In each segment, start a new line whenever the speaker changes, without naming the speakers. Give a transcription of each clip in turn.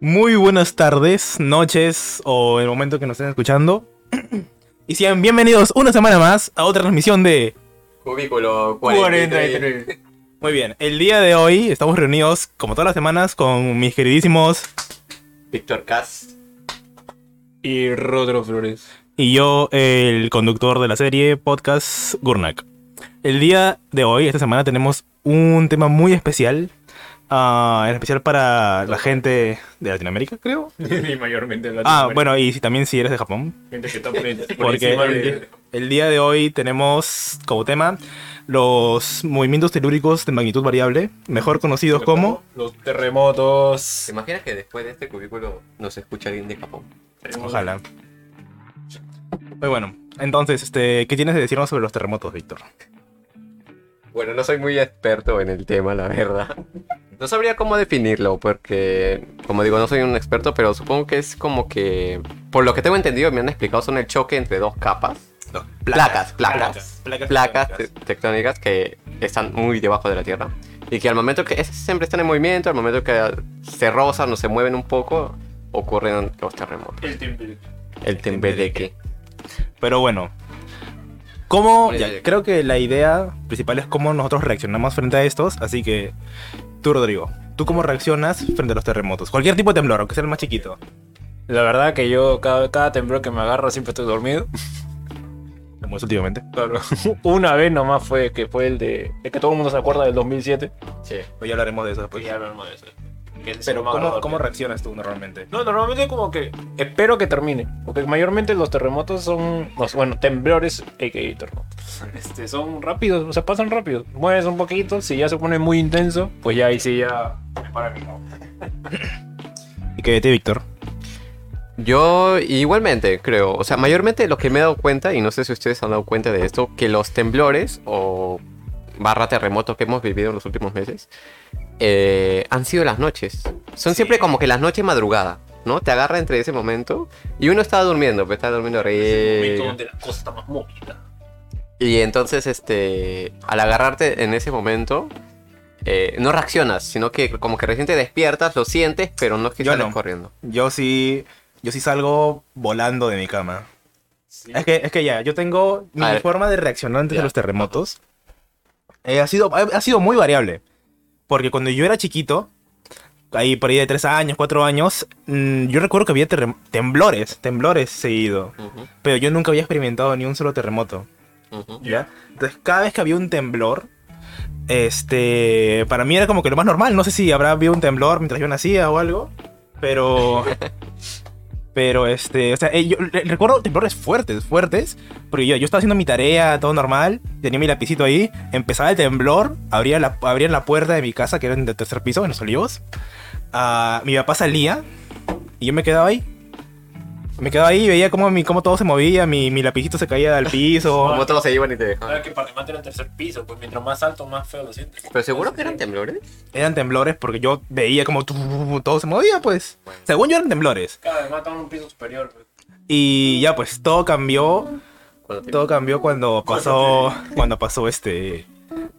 Muy buenas tardes, noches o el momento que nos estén escuchando. Y sean bienvenidos una semana más a otra transmisión de...
Cubículo 43.
43.
Muy bien, el día de hoy estamos reunidos como todas las semanas con mis queridísimos
Víctor Cass.
Y Rodro Flores.
y yo, el conductor de la serie Podcast Gurnak. El día de hoy, esta semana, tenemos un tema muy especial. ah, en especial para la gente de Latinoamérica, creo.
y mayormente la
Ah, bueno, y si, también si eres de Japón,
Gente que está por, por
Porque
encima de-
el, el día de hoy tenemos como tema los movimientos telúricos de magnitud variable, mejor conocidos como...
Los
¿Te
terremotos.
imaginas que después de este cubículo nos escucha alguien de Japón?
Ojalá. Muy bueno. Entonces, este, ¿qué tienes de decirnos sobre los terremotos, Víctor?
Bueno, no soy muy experto en el tema, la verdad. No sabría cómo definirlo, porque, como digo, no soy un experto, pero supongo que es como que, por lo que tengo entendido, me han explicado, son el choque entre dos capas. Placas, placas.
Placas,
Placas te-
tectónicas.
tectónicas que están muy debajo de la Tierra. Y que al momento que esas siempre están en movimiento, al momento que se rozan o se mueven un poco, ocurren los terremotos.
El temple.
El tembeleque.
Pero bueno. ¿Cómo?
Bueno,
ya,
ya, ya.
creo que la idea principal es cómo nosotros reaccionamos frente a estos, así que tú, Rodrigo, ¿tú cómo reaccionas frente a los terremotos? Cualquier tipo de temblor, aunque sea el más chiquito.
La verdad que yo cada, cada temblor que me agarra siempre estoy dormido.
Como es últimamente.
Claro. Una vez nomás fue que fue el de... Es que todo el mundo se acuerda del 2007.
Sí.
Hoy hablaremos de eso después.
ya hablamos de eso.
Pero ¿cómo,
¿eh?
cómo reaccionas tú normalmente?
No, normalmente como que espero que termine. Porque mayormente los terremotos son... los- bueno, temblores, a.k.a. terremotos. Este, son rápidos, o sea, pasan rápido. Mueves un poquito, si ya se pone muy intenso, pues ya ahí sí ya... Me para mi lado.
¿Y qué de ti, Víctor?
Yo igualmente creo, o sea, mayormente lo que me he dado cuenta, y no sé si ustedes han dado cuenta de esto, que los temblores o barra terremotos que hemos vivido en los últimos meses eh, han sido las noches. Son
Sí.
siempre como que las noches madrugada, ¿no? Te agarra entre ese momento y uno está durmiendo, pues está durmiendo
Eh,
arriba.
la cosa está más movida.
Y entonces, este, al agarrarte en ese momento, eh, no reaccionas, sino que como que recién te despiertas, lo sientes, pero no es que
Yo
sales
no.
corriendo.
Yo sí, yo sí salgo volando de mi cama. Es, que, es que ya, yo tengo mi
A ver.
forma de reaccionar ante
Ya.
los terremotos. eh, ha, sido, ha, ha sido muy variable. Porque cuando yo era chiquito, ahí por ahí de 3 años, 4 años, mm, yo recuerdo que había terrem- temblores, temblores seguido.
Ujú,
Pero yo nunca había experimentado ni un solo terremoto.
ujú.
¿ya? Entonces, cada vez que había un temblor, este, para mí era como que lo más normal. No sé si habrá habido un temblor mientras yo nacía o algo, pero. Pero este, o sea, eh, yo re- recuerdo temblores fuertes, fuertes, porque yo, yo estaba haciendo mi tarea, todo normal, tenía mi lapicito ahí, empezaba el temblor, abría la, abrían la puerta de mi casa, que era en el tercer piso, en los olivos, ah, mi papá salía y yo me quedaba ahí. Me quedaba ahí y veía cómo, mi, cómo todo se movía, mi, mi lapicito se caía al piso.
Como todos se iban y te dejaban.
Ahora Ah, que Patimán era el tercer piso, pues mientras más alto, más feo lo sientes.
Pero seguro que eran temblores.
eran temblores porque yo veía como tu- todo se movía, pues. Según yo eran temblores.
Cada vez matan un piso superior. pues.
Y ya pues todo cambió,
Cuando te-
todo cambió cuando pasó cuando pasó este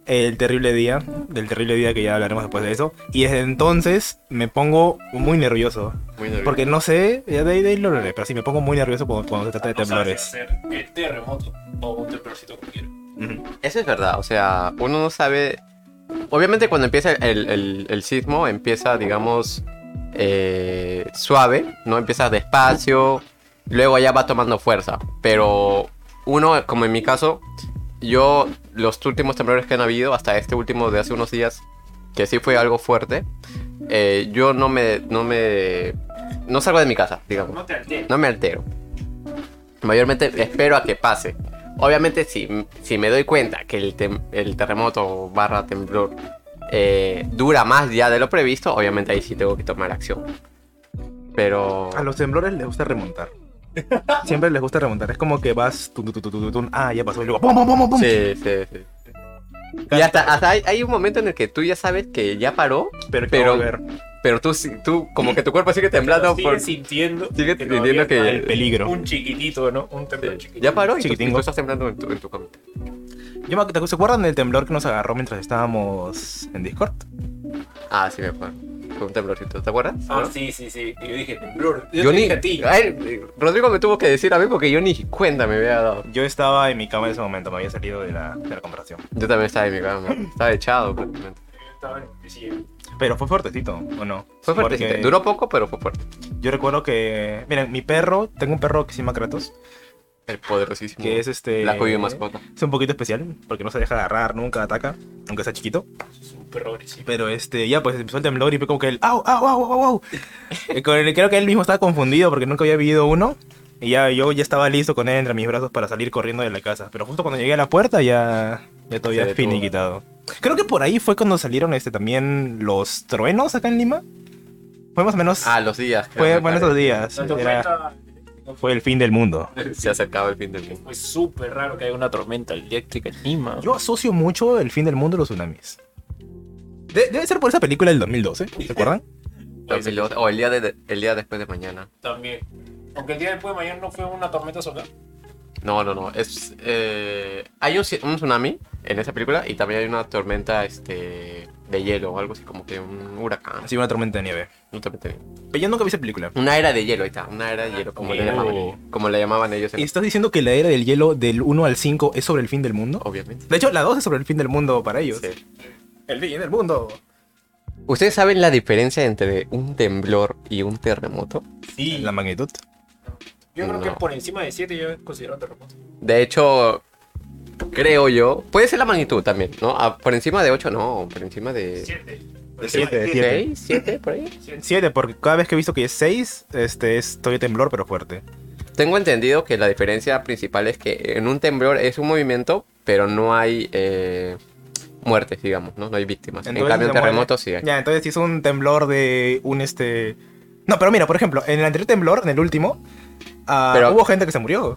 el terrible día, del terrible día que ya hablaremos después de eso. Y desde entonces me pongo muy nervioso,
Muy nervioso.
porque no sé, ya de ahí, de ahí lo hablaré, pero sí me pongo muy nervioso cuando, cuando se trata de temblores.
el terremoto o un temblorcito cualquiera.
Ujú.
Eso es verdad, o sea, uno no sabe. Obviamente, cuando empieza el, el- el sismo, empieza, digamos, eh, suave, ¿no? Empieza despacio, luego ya va tomando fuerza. Pero uno, como en mi caso, yo, los últimos temblores que han habido, hasta este último de hace unos días, que sí fue algo fuerte, eh, yo no me, no me. No salgo de mi casa, digamos.
No te alteres.
No me altero. Mayormente espero a que pase. Obviamente si, si me doy cuenta que el, tem- el terremoto barra temblor eh, dura más ya de lo previsto, obviamente ahí sí tengo que tomar acción. Pero...
A los temblores les gusta remontar. Siempre les gusta remontar, es como que vas tun, tun, tun, tun, tun, tun, ah, ya pasó y luego pum pum pum pum. pum.
Sí, sí, sí. Y hasta, hasta hay, hay un momento en el que tú ya sabes que ya paró,
Pero, hay que
pero-
volver.
pero tú, sí- tú como que tu cuerpo sigue temblando
Sigue
por...
sintiendo.
sigue
que
sintiendo
todavía
que
está
el
peligro.
Un chiquitito, ¿no? Un temblor
sí,
chiquitito.
Ya paró y tú, y
Chiquitingo.
tú estás temblando en tu, en tu camita.
Yo me, ac- ¿Se acuerdan del temblor que nos agarró mientras estábamos en Discord?
Ah, sí, me acuerdo. fue un temblorcito, ¿te acuerdas?
Ah,
¿No?
sí, sí, sí. Y yo dije, temblor. Yo,
Yo
te
ni.
dije a ti.
Ay, Rodrigo me tuvo que decir a mí porque yo ni cuenta me había dado.
Yo estaba en mi cama en ese momento, me había salido de la, de la comparación.
Yo también estaba en mi cama, estaba echado pues, prácticamente.
Estaba en- sí.
Pero fue fuertecito, ¿o no?
Fue fuerte,
Porque
duró poco, pero fue fuerte.
Yo recuerdo que. Miren, mi perro, tengo un perro que se llama Kratos,
El poderosísimo.
que es este.
La cuyo mascota.
Es un poquito especial, porque no se deja agarrar, nunca ataca, aunque sea chiquito.
Es un perro agresivo.
Pero este, ya pues empezó el temblor y fue como que él, ¡au, au, au, au, au! Eh, con él- creo que él mismo estaba confundido porque nunca había vivido uno. Y ya yo ya estaba listo con él entre mis brazos para salir corriendo de la casa. Pero justo cuando llegué a la puerta ya, ya todo
Se
ya
detuvo.
finiquitado. Creo que por ahí fue cuando salieron este también los truenos acá en Lima. Fue más o menos.
Ah, los días. creo,
fue
me
bueno esos
parece.
días.
La
Era-
tormenta
fue el fin del mundo.
Se acercaba el fin del fin.
Fue súper raro que haya una tormenta eléctrica en Lima.
Yo asocio mucho el fin del mundo a los tsunamis. De- debe ser por esa película del 2012, ¿se acuerdan?
Pues,
O el día, de- el día después de mañana.
también. Aunque el día después de mañana no fue una tormenta solar.
No, no, no. Es, eh, hay un, ci- un tsunami en esa película y también hay una tormenta este, de hielo o algo así, como que un huracán.
Así una tormenta de nieve.
No te metes bien.
Pero yo nunca vi esa película.
Una era de hielo, ahí está. Una era de hielo, como, le,
Oh.
llamaban, como le llamaban ellos. en-
¿Y estás diciendo que la era del hielo del 1 al 5 es sobre el fin del mundo?
Obviamente.
De hecho, la 2 es sobre el fin del mundo para ellos.
Sí.
El fin del mundo.
¿Ustedes saben la diferencia entre un temblor y un terremoto?
Sí.
La magnitud.
Yo creo que
No.
por encima de 7 yo considero terremoto.
De hecho, creo yo. Puede ser la magnitud también, ¿no? Ah, por encima de 8, no. Por encima de
7.
De siete, de siete.
6, 7, por ahí.
7, porque cada vez que he visto que es 6, este es todavía temblor, pero fuerte.
Tengo entendido que la diferencia principal es que en un temblor es un movimiento, pero no hay eh, muertes, digamos, ¿no? No hay víctimas. en
Entonces,
cambio, en
se muere.
terremoto sí hay.
Ya, entonces si es un temblor de un este. No, pero mira, por ejemplo, en el anterior temblor, en el último, ah,
Pero-
hubo gente que se murió.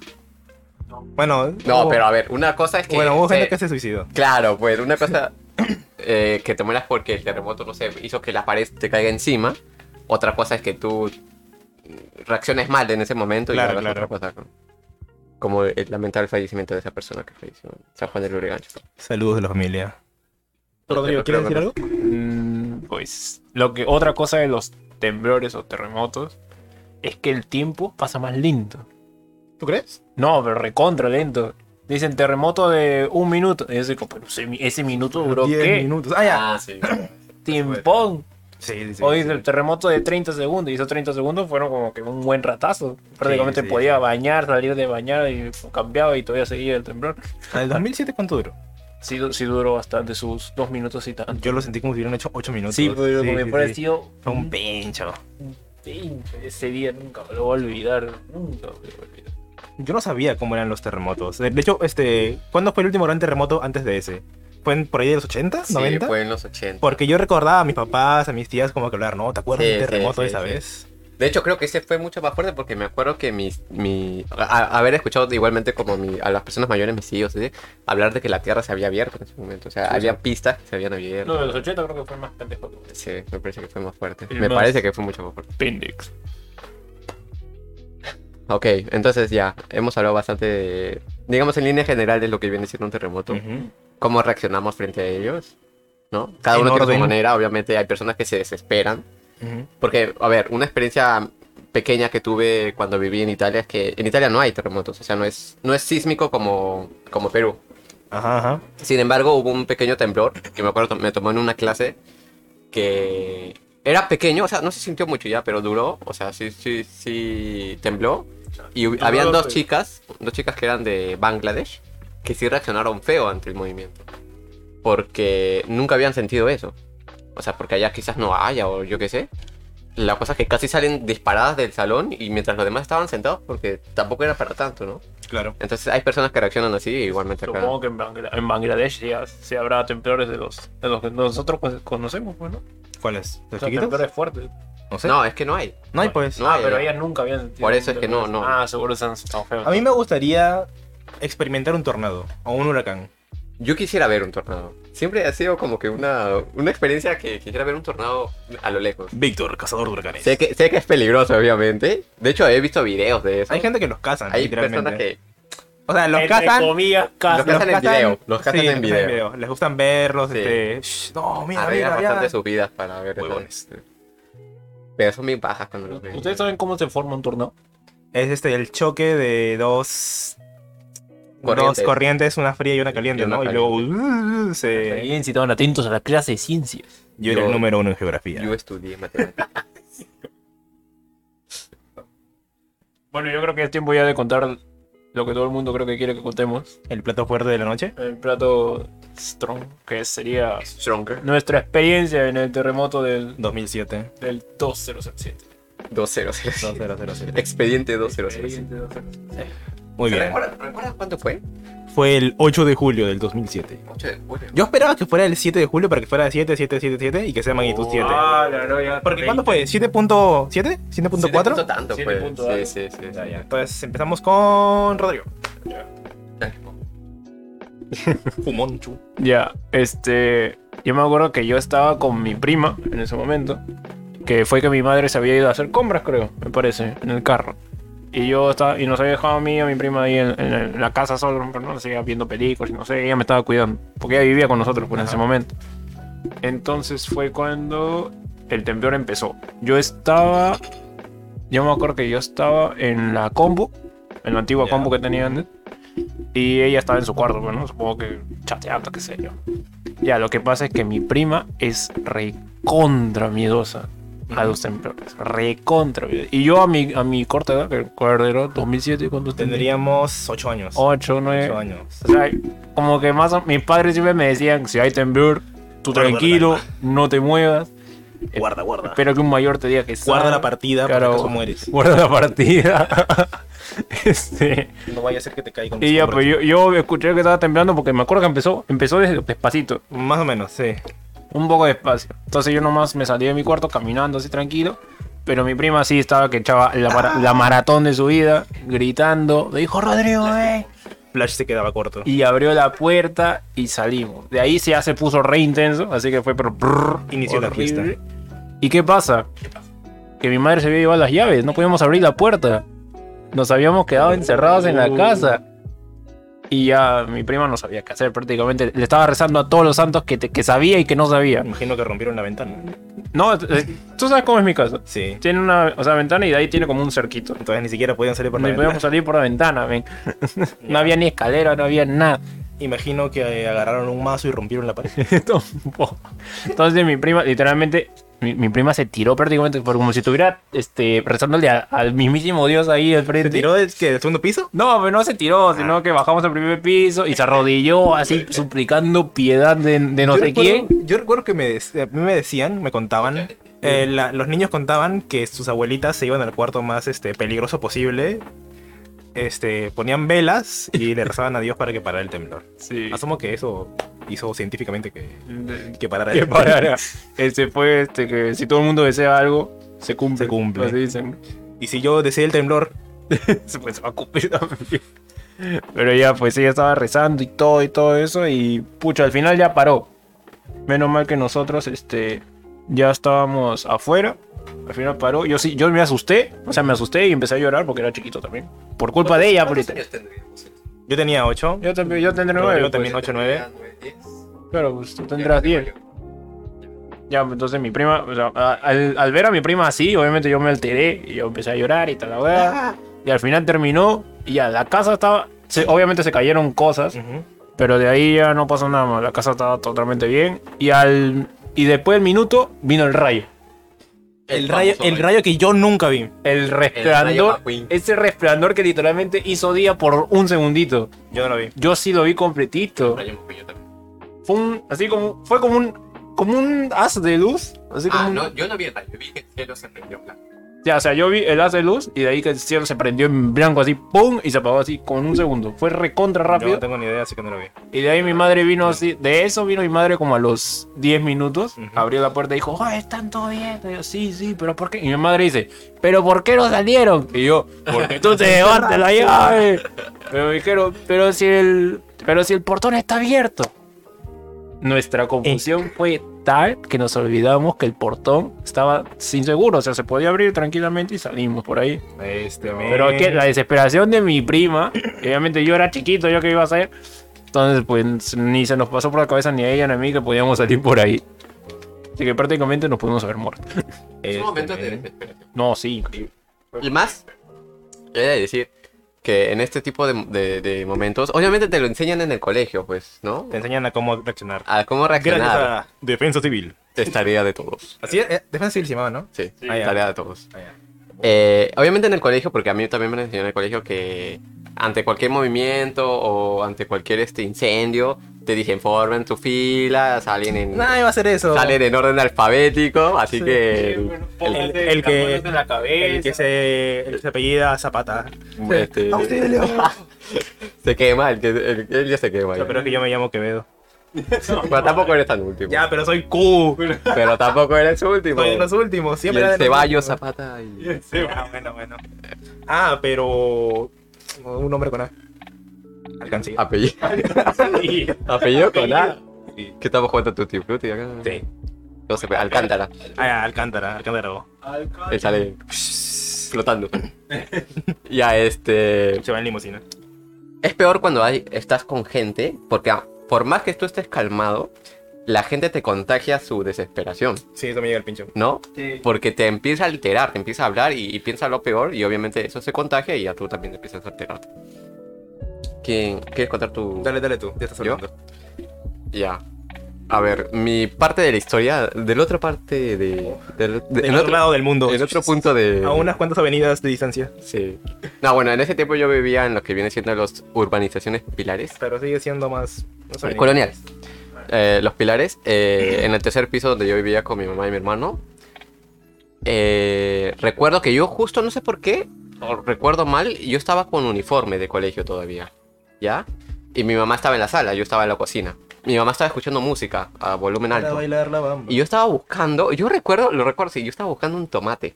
No.
Bueno,
No,
hubo-
pero a ver, una cosa es que.
Bueno, hubo
se-
gente que se suicidó.
Claro, pues una cosa eh, que te mueras porque el terremoto, no sé, hizo que la pared te caiga encima. Otra cosa es que tú reacciones mal en ese momento
Claro,
y hagas
claro.
otra cosa. ¿no? Como el lamentable fallecimiento de esa persona que falleció en San Juan del Lurigancho.
Saludos de la familia.
Rodrigo,
¿quieres decir algo?
Mm, pues lo que otra cosa de los temblores o terremotos es que el tiempo pasa más lento.
¿Tú crees?
No, pero recontra lento. Dicen terremoto de un minuto. Y yo soy como, pero ese, mi- ese minuto duró
10
qué?
minutos. Ah, ya.
sí.
Tiempón.
Sí, sí, sí.
Hoy el terremoto de 30 segundos. Y esos 30 segundos fueron como que un buen ratazo. Prácticamente
sí,
podía
sí.
bañar, salir de bañar y cambiaba y todavía seguía el temblor.
¿El 2007 cuánto duró?
Sí, du- sí duró bastante, sus dos minutos y tanto.
Yo lo sentí como si hubieran hecho 8 minutos.
Sí,
pues,
pero como me
sí, sí.
pareció
Fue un pincho.
Pinche, Ese día nunca me lo voy a olvidar. Nunca me lo voy a olvidar.
Yo no sabía cómo eran los terremotos. De hecho, este, ¿cuándo fue el último gran terremoto antes de ese? ¿Fue en- por ahí de los 80, 90?
fue en los 80.
Porque yo recordaba a mis papás, a mis tías como que hablar, ¿no? ¿Te acuerdas
Sí,
del
sí,
terremoto
sí,
esa
sí.
vez?
De hecho, creo que ese fue mucho más fuerte porque me acuerdo que mis, mi, a- haber escuchado igualmente como mi- a las personas mayores, mis tíos, ¿sí? hablar de que la Tierra se había abierto en ese momento. O sea,
Sí,
había pistas que se habían abierto.
No, de los 80 creo que fue más pendejo.
Sí, me parece que fue más fuerte.
El
Me
más-
parece que fue mucho más fuerte.
Pendex.
Ok, entonces ya, hemos hablado bastante de, digamos en línea general de lo que viene siendo un terremoto.
Ujú.
Cómo reaccionamos frente a ellos, ¿no? Cada
En
uno tiene su
orden.
manera, obviamente hay personas que se desesperan.
Ujú.
Porque, a ver, una experiencia pequeña que tuve cuando viví en Italia es que en Italia no hay terremotos, o sea, no es, no es sísmico como, como Perú.
Ajá, ajá.
Sin embargo, hubo un pequeño temblor que me acuerdo me tomó en una clase que era pequeño, o sea, no se sintió mucho ya, pero duró, o sea, sí, sí, sí tembló. Y hubi-
Tembló,
habían dos
sí.
chicas, dos chicas que eran de Bangladesh, que sí reaccionaron feo ante el movimiento. Porque nunca habían sentido eso. O sea, porque allá quizás no haya o yo qué sé. La cosa es que casi salen disparadas del salón y mientras los demás estaban sentados porque tampoco era para tanto, ¿no?
Claro.
Entonces hay personas que reaccionan así e igualmente acá.
Supongo que en, Bangla- en Bangladesh ya se habrá temblores de los, de los que nosotros cono- conocemos, pues, ¿no?
¿Cuál es? ¿Los
O sea,
chiquitos?
temblores fuertes.
No sé.
No, es que no hay.
No hay pues.
No
ah,
hay,
pero
no.
ellas nunca habían sentido.
Por eso es que
temblores.
no, no.
Ah, seguro se han sentado feos.
A mí me gustaría experimentar un tornado o un huracán.
Yo quisiera ver un tornado. Siempre ha sido como que una, una experiencia que quisiera ver un tornado a lo lejos.
Víctor, cazador de huracanes.
Sé que, sé que es peligroso, obviamente. De hecho, he visto videos de eso.
Hay gente que los cazan,
Hay
literalmente.
personas que
O sea, los
Entre
cazan
comillas,
Los
cazan.
cazan en video, los cazan
sí,
en video.
Les gustan verlos,
Sí.
este. "Shh, no, mira,
arriesgan
mira,
bastante Este.
mira".
sus vidas para ver.
Huevones.
pero son bien bajas cuando los ven.
¿Ustedes saben cómo se forma un tornado?
Es este el choque de dos corrientes,
Corrientes.
dos corrientes una fría y una caliente,
Y una
¿no? Y luego uh, se...
Bien, si estaban atentos a la clase de ciencias.
Yo era
Yo-
el número uno en geografía.
Yo estudié matemáticas.
Bueno, yo creo que es tiempo ya de contar lo que todo el mundo creo que quiere que contemos.
El plato fuerte de la noche.
El plato strong, que sería
Stronger.
nuestra experiencia en el terremoto del,
2007.
del 2007.
200.
2007.
Expediente 200.
Muy bien.
¿Recuerdas recuerdas cuánto fue?
Fue el 8 de julio del 2007.
8 de julio.
Yo esperaba que fuera el 7 de julio para que fuera 7, 7, 7, 7 y que sea magnitud 7.
Ah, la no, ya.
Porque ¿cuánto fue? ¿7.7?
Siete
¿7.4?
tanto,
Siete
pues.
punto
Sí,
algo.
sí, sí.
Ya, ya. Entonces empezamos con Rodrigo.
Dale, po.
Fumonchu.
Ya, este. Yo me acuerdo que yo estaba con mi prima en ese momento. Que fue que mi madre se había ido a hacer compras, creo, me parece, en el carro. Y yo estaba. Y nos había dejado a mí y a mi prima ahí en, en- en la casa solo, pero no seguía viendo películas y no sé, ella me estaba cuidando. Porque ella vivía con nosotros por en ese momento. Entonces fue cuando el temblor empezó. Yo estaba. Yo me acuerdo que yo estaba en la combo, en la antigua
Ya.
combo que tenía antes. Y ella estaba en su cuarto, bueno, supongo que chateando, qué sé yo. Ya, lo que pasa es que mi prima es recontra miedosa a los temblores. Recontra miedosa. Y yo a mi, a mi corta edad, que recuerdo, 2007, cuando tenía
Tendríamos 8 años.
8, 9.
8 años.
O sea, como que más o- mis padres siempre me decían, si hay temblor, tú
Guarda,
tranquilo, no te muevas.
Guarda, guarda.
Espero que un mayor te diga que
Guarda
sabe.
la partida
Claro.
para que mueres.
Guarda la partida. este,
No vaya a ser que te caiga un
y ya,
sombrero.
pues yo, yo escuché que estaba temblando porque me acuerdo que empezó, empezó desde despacito,
Más o menos, sí.
un poco despacio. Entonces yo nomás me salí de mi cuarto caminando así tranquilo. Pero mi prima sí estaba que echaba la, mara- la maratón de su vida, gritando. Me dijo, Rodrigo, eh.
Flash se quedaba corto.
Y abrió la puerta y salimos. De ahí ya se puso re intenso, así que fue pero brrr,
Inició la fiesta.
¿Y qué pasa? Que mi madre se había llevado las llaves, no podíamos abrir la puerta. Nos habíamos quedado encerrados en la
Oh.
casa. Y ya mi prima no sabía qué hacer prácticamente. Le estaba rezando a todos los santos que, te- que sabía y que no sabía.
Imagino que rompieron la ventana.
No, eh, tú sabes cómo es mi casa.
Sí.
Tiene una o sea, ventana y de ahí tiene como un cerquito.
Entonces ni siquiera podían salir por la
Ni
ventana.
podíamos salir por la ventana, ven. No había ni escalera, no había nada.
Imagino que eh, agarraron un mazo y rompieron la pared.
Tampoco. Entonces mi prima, literalmente, mi, mi prima se tiró prácticamente por- como si estuviera este, rezándole a- al mismísimo Dios ahí al frente.
¿Se tiró Ah. del, qué, del segundo piso?
No, pero no se tiró, sino que bajamos al primer piso y se arrodilló así suplicando piedad de, de no
yo,
sé
recuerdo,
quién.
yo recuerdo que me, dec- a mí me decían, me contaban, eh, la- los niños contaban que sus abuelitas se iban al cuarto más este, peligroso posible. Este, ponían velas y le rezaban a Dios para que parara el temblor.
Sí.
Asumo que eso hizo científicamente que,
Que
que parara el
que
temblor.
parara. Este fue este que si todo el mundo desea algo, se cumple.
Se cumple.
Así dicen.
Y si yo deseé el temblor,
se pues, se va a cumplir también. Pero ya, pues ella estaba rezando y todo y todo eso. Y pucha, al final ya paró. Menos mal que nosotros, este, ya estábamos afuera. Al final paró. Yo sí, yo me asusté. O sea, me asusté y empecé a llorar porque era chiquito también. Por culpa de ella, por
¿Cuántos años tendríamos?
yo tenía 8.
Yo también, yo tendré nueve.
Rodrigo
pues.
también 8, 9.
Nueve, diez.
Claro, pues tú tendrás diez.
Ya,
Ya, pues, entonces mi prima, o sea, a- al, al ver a mi prima así, obviamente yo me alteré y yo empecé a llorar y tal, la weá. Y al final terminó y ya la casa estaba. se- obviamente se cayeron cosas,
Ujú.
pero de ahí ya no pasó nada más. La casa estaba totalmente bien. Y al y después del minuto vino el rayo.
El,
famoso
rayo, el rayo que yo nunca vi.
El
rayo
resplandor.
McQueen.
ese resplandor que literalmente hizo día por un segundito.
Yo no lo vi.
Yo sí lo vi completito.
rayo McQueen, yo también.
Fue un, así como, fue como un. Como un haz de luz. Así como
Ah,
un-
no, yo no vi el rayo, vi que el cielo se prendió blanco.
Ya, o sea, yo vi el haz de luz y de ahí que el cielo se prendió en blanco así, ¡pum! Y se apagó así con un segundo. Fue recontra
Yo
rápido.
no tengo ni idea, así que no lo vi.
Y de ahí mi madre vino así. De eso vino mi madre como a los 10 minutos.
Ujú.
Abrió la puerta y dijo, ¡ay, están todos viendo! Y yo, sí, sí, pero ¿por qué? Y mi madre dice, ¿pero por qué no salieron? Y yo, porque tú te llevaste la llave. Pero me dijeron, pero si el, pero si el portón está abierto. Nuestra confusión fue tal que nos olvidamos que el portón estaba sin seguro, o sea, se podía abrir tranquilamente y salimos por ahí.
Este,
Pero es que la desesperación de mi prima, obviamente yo era chiquito, yo qué iba a hacer. Entonces, pues ni se nos pasó por la cabeza ni a ella ni a mí que podíamos salir por ahí. Así que prácticamente nos pudimos haber muerto.
Es un momento de
Este,
desesperación.
No, sí, increíble.
Y eh. más, he de decir que en este tipo de, de- de momentos, obviamente te lo enseñan en el colegio, pues, ¿no?
Te enseñan a cómo reaccionar.
A cómo
Gracias
reaccionar.
a Defensa Civil.
Es tarea de todos.
Así es, eh, Defensa Civil se llamaba, ¿no?
Sí,
Ah, ya.
tarea de todos.
Ah, ya.
Eh, obviamente en el colegio, porque a mí también me lo enseñó en el colegio que ante cualquier movimiento o ante cualquier este incendio, te dicen formen tu fila, salen en,
Nadie va a hacer eso.
salen en orden alfabético, así
Sí.
que el-
el- el que- El que se, el que se apellida Zapata.
este,
Ah,
se quema, el que el- él ya se quema.
O sea,
ya.
pero es que yo me llamo Quevedo.
Pero tampoco eres tan último.
Ya, pero soy Q.
Pero tampoco eres último.
Soy de los últimos.
y
Siempre era
el
de los
Ceballos
últimos.
Zapata y-
Ah, bueno, bueno. Ah, pero. Un hombre con A. Alcancía.
apellido, apellido con A. ¿Qué estamos jugando tu tío Frutti acá?
Sí.
No sé, pues, Alcántara.
Ah, ya, Alcántara, Alcántara. O.
Él sale flotando. ya, este.
Se va en limusina.
Es peor cuando hay, estás con gente, porque ah, por más que tú estés calmado, la gente te contagia su desesperación,
Sí, eso me llega el pincho.
¿no? Porque te empieza a alterar, te empieza a hablar y, y piensa lo peor, y obviamente eso se contagia y ya tú también empiezas a alterarte. ¿Quién, ¿Quieres contar tu.?
Dale, dale tú. Ya estás
¿Yo?
hablando.
Ya. A ver, mi parte de la historia, de la otra parte de. del- de-
Del
en
otro,
otro,
lado del mundo.
en otro punto de.
A unas cuantas avenidas de distancia.
Sí. No, bueno, en ese tiempo yo vivía en lo que viene siendo las urbanizaciones pilares.
Pero sigue siendo más. No sé,
Coloniales. Eh, los pilares. eh, en el tercer piso donde yo vivía con mi mamá y mi hermano. Eh, recuerdo que yo justo, no sé por qué, o recuerdo mal, yo estaba con uniforme de colegio todavía. ¿Ya? Y mi mamá estaba en la sala, yo estaba en la cocina. Mi mamá estaba escuchando música a volumen
Para
alto.
bailar la bamba.
Y yo estaba buscando, yo recuerdo, lo recuerdo, sí, yo estaba buscando un tomate.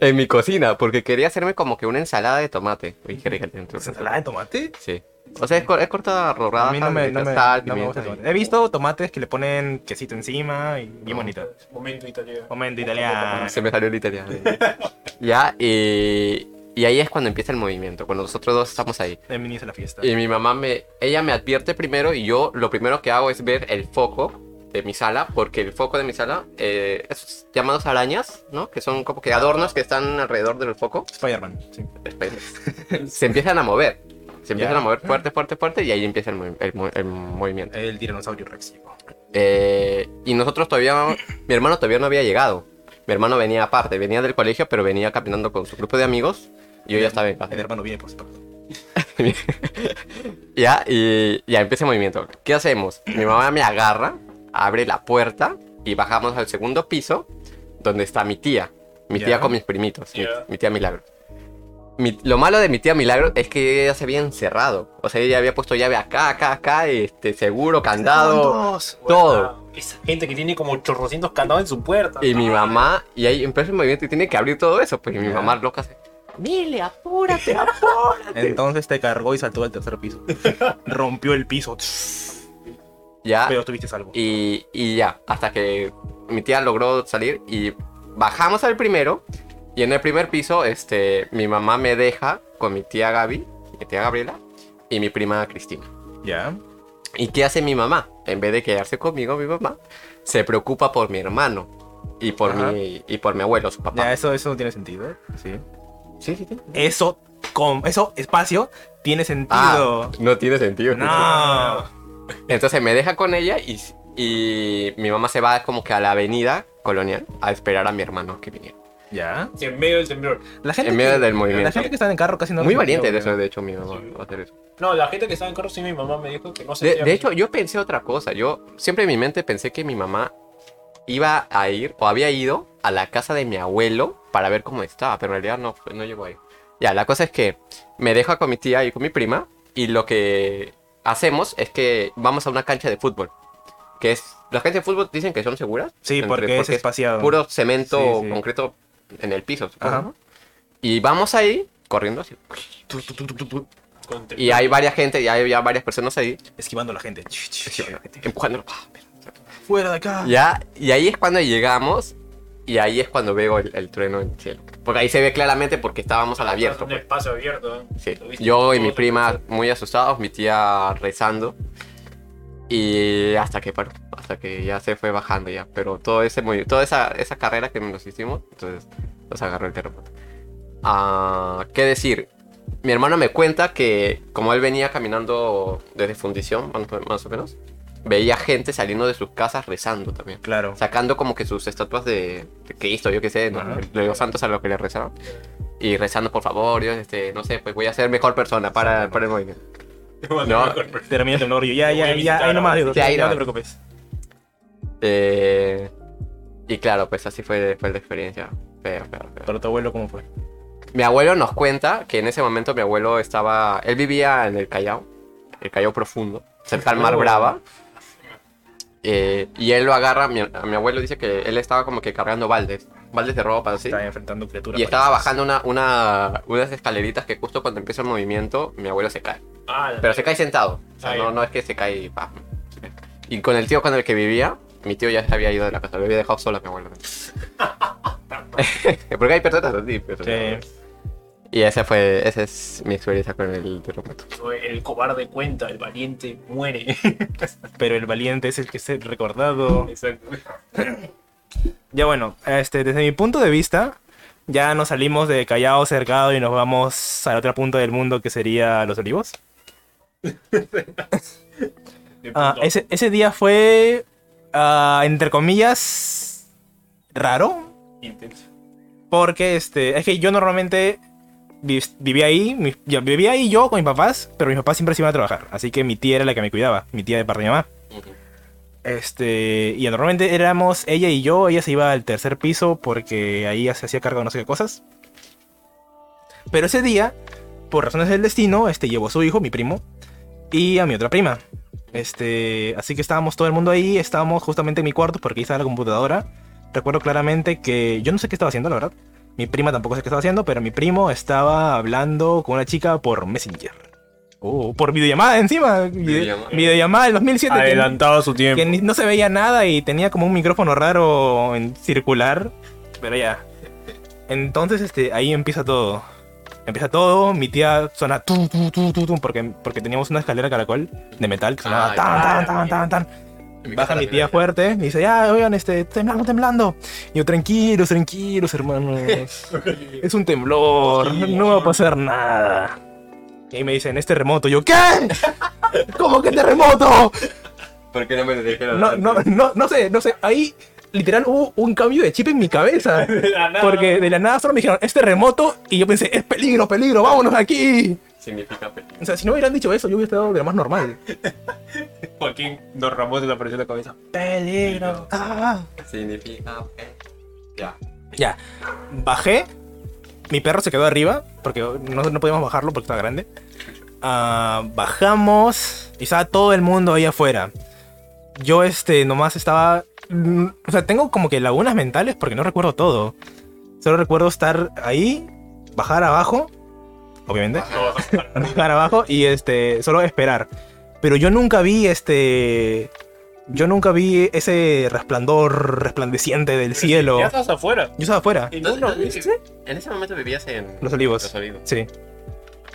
en mi cocina, porque quería hacerme como que una ensalada de tomate. Uy, qué rica tiene tu-
¿Ensalada de tomate?
Sí. O sea, es, cor- es cortada rodada.
A mí no me, no me,
Ah, sal,
no me gusta
pimienta
el
y-
tomate. He visto tomates que le ponen quesito encima y bien bonito.
Momento italiano.
Momento italiano.
Se me salió el italiano. ya, y, y ahí es cuando empieza el movimiento, cuando nosotros dos estamos ahí.
De mí inicia la fiesta.
Y mi mamá me, ella me advierte primero y yo lo primero que hago es ver el foco de mi sala, porque el foco de mi sala, eh, esos llamados arañas, ¿no? Que son como que adornos que están alrededor del foco,
Spider-Man. Sí.
se empiezan a mover. Se empiezan
Ya.
a mover fuerte, fuerte, fuerte y ahí empieza el, movi- el mo- el movimiento.
El tiranosaurio Rex. tipo.
Eh, y nosotros todavía, mi hermano todavía no había llegado. Mi hermano venía aparte, venía del colegio, pero venía caminando con su grupo de amigos. Y yo ya estaba en casa.
El hermano viene por su
Ya, y ya empieza el movimiento. ¿Qué hacemos? Mi mamá me agarra, abre la puerta y bajamos al segundo piso donde está mi tía. Mi tía
Ya.
con mis primitos, mi-
Ya.
mi, tía Milagro. Mi- lo malo de mi tía Milagro es que ella se había encerrado. O sea, ella había puesto llave acá, acá, acá, este, seguro, candado, todo.
Esa gente que tiene como chorrocientos candados en su puerta.
Y
Ah.
mi mamá, y ahí empieza el movimiento y tiene que abrir todo eso. Pues y mi mamá loca hace, Mile, apúrate, apúrate.
Entonces te cargó y saltó al tercer piso. Rompió el piso.
ya,
Pero estuviste salvo.
Y, y ya, hasta que mi tía logró salir y bajamos al primero. Y en el primer piso, este, mi mamá me deja con mi tía Gaby, mi tía Gabriela y mi prima Cristina.
Ya.
¿Y qué hace mi mamá? En vez de quedarse conmigo, mi mamá se preocupa por mi hermano y por,
Ajá.
mi, y por mi abuelo, su papá.
Ya, eso, eso no tiene sentido. Sí.
Ah. Sí, sí, sí.
Eso, con eso, espacio, tiene
Ah,
sentido.
no tiene sentido.
no.
Entonces me deja con ella y, y mi mamá se va como que a la avenida colonial a esperar a mi hermano que viniera.
Ya.
Sí, en medio del temblor.
La gente,
En medio
que,
del movimiento.
la gente que está en carro casi no.
Muy
lo
valiente de
sentió,
eso, de hecho, mi mamá va a hacer eso.
No, la gente que estaba en carro, sí, mi mamá me dijo que no se
De,
hacía-
de hecho, yo pensé otra cosa. Yo siempre en mi mente pensé que mi mamá iba a ir o había ido a la casa de mi abuelo para ver cómo estaba, pero en realidad no, fue- no llegó ahí. Ya, la cosa es que me deja con mi tía y con mi prima y lo que hacemos es que vamos a una cancha de fútbol. Que es, las canchas de fútbol dicen que son seguras.
Sí,
entre-
porque, es espaciado.
puro cemento
Sí, sí.
concreto en el piso. supongo,
Ajá.
¿no? Y vamos ahí corriendo así.
Tu, tu, tu, tu, tu, tu,
Con temblor.
Y hay varias gente, y hay ya varias personas ahí
Esquivando a la gente.
empujándolo.
Fuera de acá.
Ya, y ahí es cuando llegamos y ahí es cuando veo el, el trueno en el cielo. Porque ahí se ve claramente porque estábamos al abierto.
Un
pues.
espacio abierto. ¿eh?
Sí.
Lo viste
Yo y
todo,
mi
todo.
prima muy asustados, mi tía rezando. Y hasta que paró, hasta que ya se fue bajando ya. Pero todo ese movi- toda esa, esa carrera que nos hicimos, entonces nos agarró el terremoto. Ah, ¿Qué decir? Mi hermano me cuenta que como él venía caminando desde fundición, más o- más o menos, veía gente saliendo de sus casas rezando también.
Claro.
Sacando como que sus estatuas de, de Cristo, yo qué sé, ¿no?
Ajá.
de los santos a los que le rezaban. Y rezando, por favor, Dios, este, no sé, pues voy a ser mejor persona para, para el movimiento. No,
Termina el temblor. Yo, ya,
Voy a
ya,
visitar
ya. Ahí nomás,
ahora.
Diego,
Sí, ahí
no te
nomás.
preocupes.
Eh, y claro, pues así fue, fue la experiencia. Feo, feo, feo.
Pero tu abuelo, ¿cómo fue?
Mi abuelo nos cuenta que en ese momento mi abuelo estaba. Él vivía en el Callao, el Callao profundo, cerca al Mar
Oh.
Brava. Eh, y él lo agarra. Mi, a mi abuelo dice que él estaba como que cargando baldes, baldes de ropa, así.
Estaba enfrentando criaturas.
Y estaba
maliciosas.
bajando una, una- unas escaleritas que justo cuando empieza el movimiento, mi abuelo se cae. Pero se cae sentado. O sea,
Ah,
no,
ya.
no es que se cae y pa. Y con el tío con el que vivía, mi tío ya se había ido de la casa, lo había dejado solo a mi abuelo. Porque hay personas así. pero-
Sí.
Y esa fue, esa es mi experiencia con el terremoto.
El cobarde cuenta, el valiente muere.
Pero el valiente es el que es el recordado.
Exacto.
Ya bueno, este, desde mi punto de vista, ya nos salimos de Callao cercado y nos vamos a la otra punta del mundo que sería Los Olivos. Ah, ese, ese día fue, ah, entre comillas, raro.
Intenso.
Porque este, es que yo normalmente vi- vivía ahí, mi- yo vivía ahí yo con mis papás, pero mis papás siempre se iban a trabajar. Así que mi tía era la que me cuidaba, mi tía de parte de mi mamá. Este, y normalmente éramos ella y yo, ella se iba al tercer piso porque ahí ya se hacía cargo de no sé qué cosas. Pero ese día, por razones del destino, este llevó a su hijo, mi primo, y a mi otra prima. Este, así que estábamos todo el mundo ahí, estábamos justamente en mi cuarto porque ahí estaba la computadora. Recuerdo claramente que yo no sé qué estaba haciendo, la verdad. Mi prima tampoco sé qué estaba haciendo, pero mi primo estaba hablando con una chica por Messenger. Oh, por videollamada encima. Vide-
Videollamada.
videollamada del 2007. que-
Adelantado su
que
tiempo.
ni- no se veía nada y tenía como un micrófono raro en circular. Pero ya. Entonces, este, ahí empieza todo. Empieza todo, mi tía suena tum, tum, tum, tum, tum, porque, porque teníamos una escalera caracol de metal que sonaba
Ah,
tan,
ya.
tan, tan, tan, tan. Baja mi tía fuerte, me dice, ya, oigan, este, temblando, temblando. Y yo, tranquilos, tranquilos, hermanos. es un temblor, no va a pasar nada. Y ahí me dicen, es terremoto. Yo, ¿qué? ¿Cómo que este terremoto?
¿Por qué no me dijeron?
No, no, no, no sé, no sé. Ahí literal hubo un cambio de chip en mi cabeza. Porque de la nada solo me dijeron, es terremoto. Y yo pensé, es peligro, peligro, vámonos de aquí.
Significa
O sea, si no hubieran dicho eso, yo hubiera estado de lo más normal.
Joaquín nos ramó de la presión de la cabeza.
Peligro. Ah.
Significa Ya.
Ya, bajé. Mi perro se quedó arriba porque no, no podíamos bajarlo porque estaba grande. Ah, bajamos y estaba todo el mundo ahí afuera. Yo, este, nomás estaba. mm, O sea, tengo como que lagunas mentales porque no recuerdo todo. Solo recuerdo estar ahí, bajar abajo, obviamente, bajar abajo y este, solo esperar. Pero yo nunca vi este. Yo nunca vi ese resplandor resplandeciente del cielo.
Ya
Yo
estás afuera.
estaba afuera.
Y no lo viste.
En ese momento vivías en
Los Olivos.
Los Olivos.
Sí.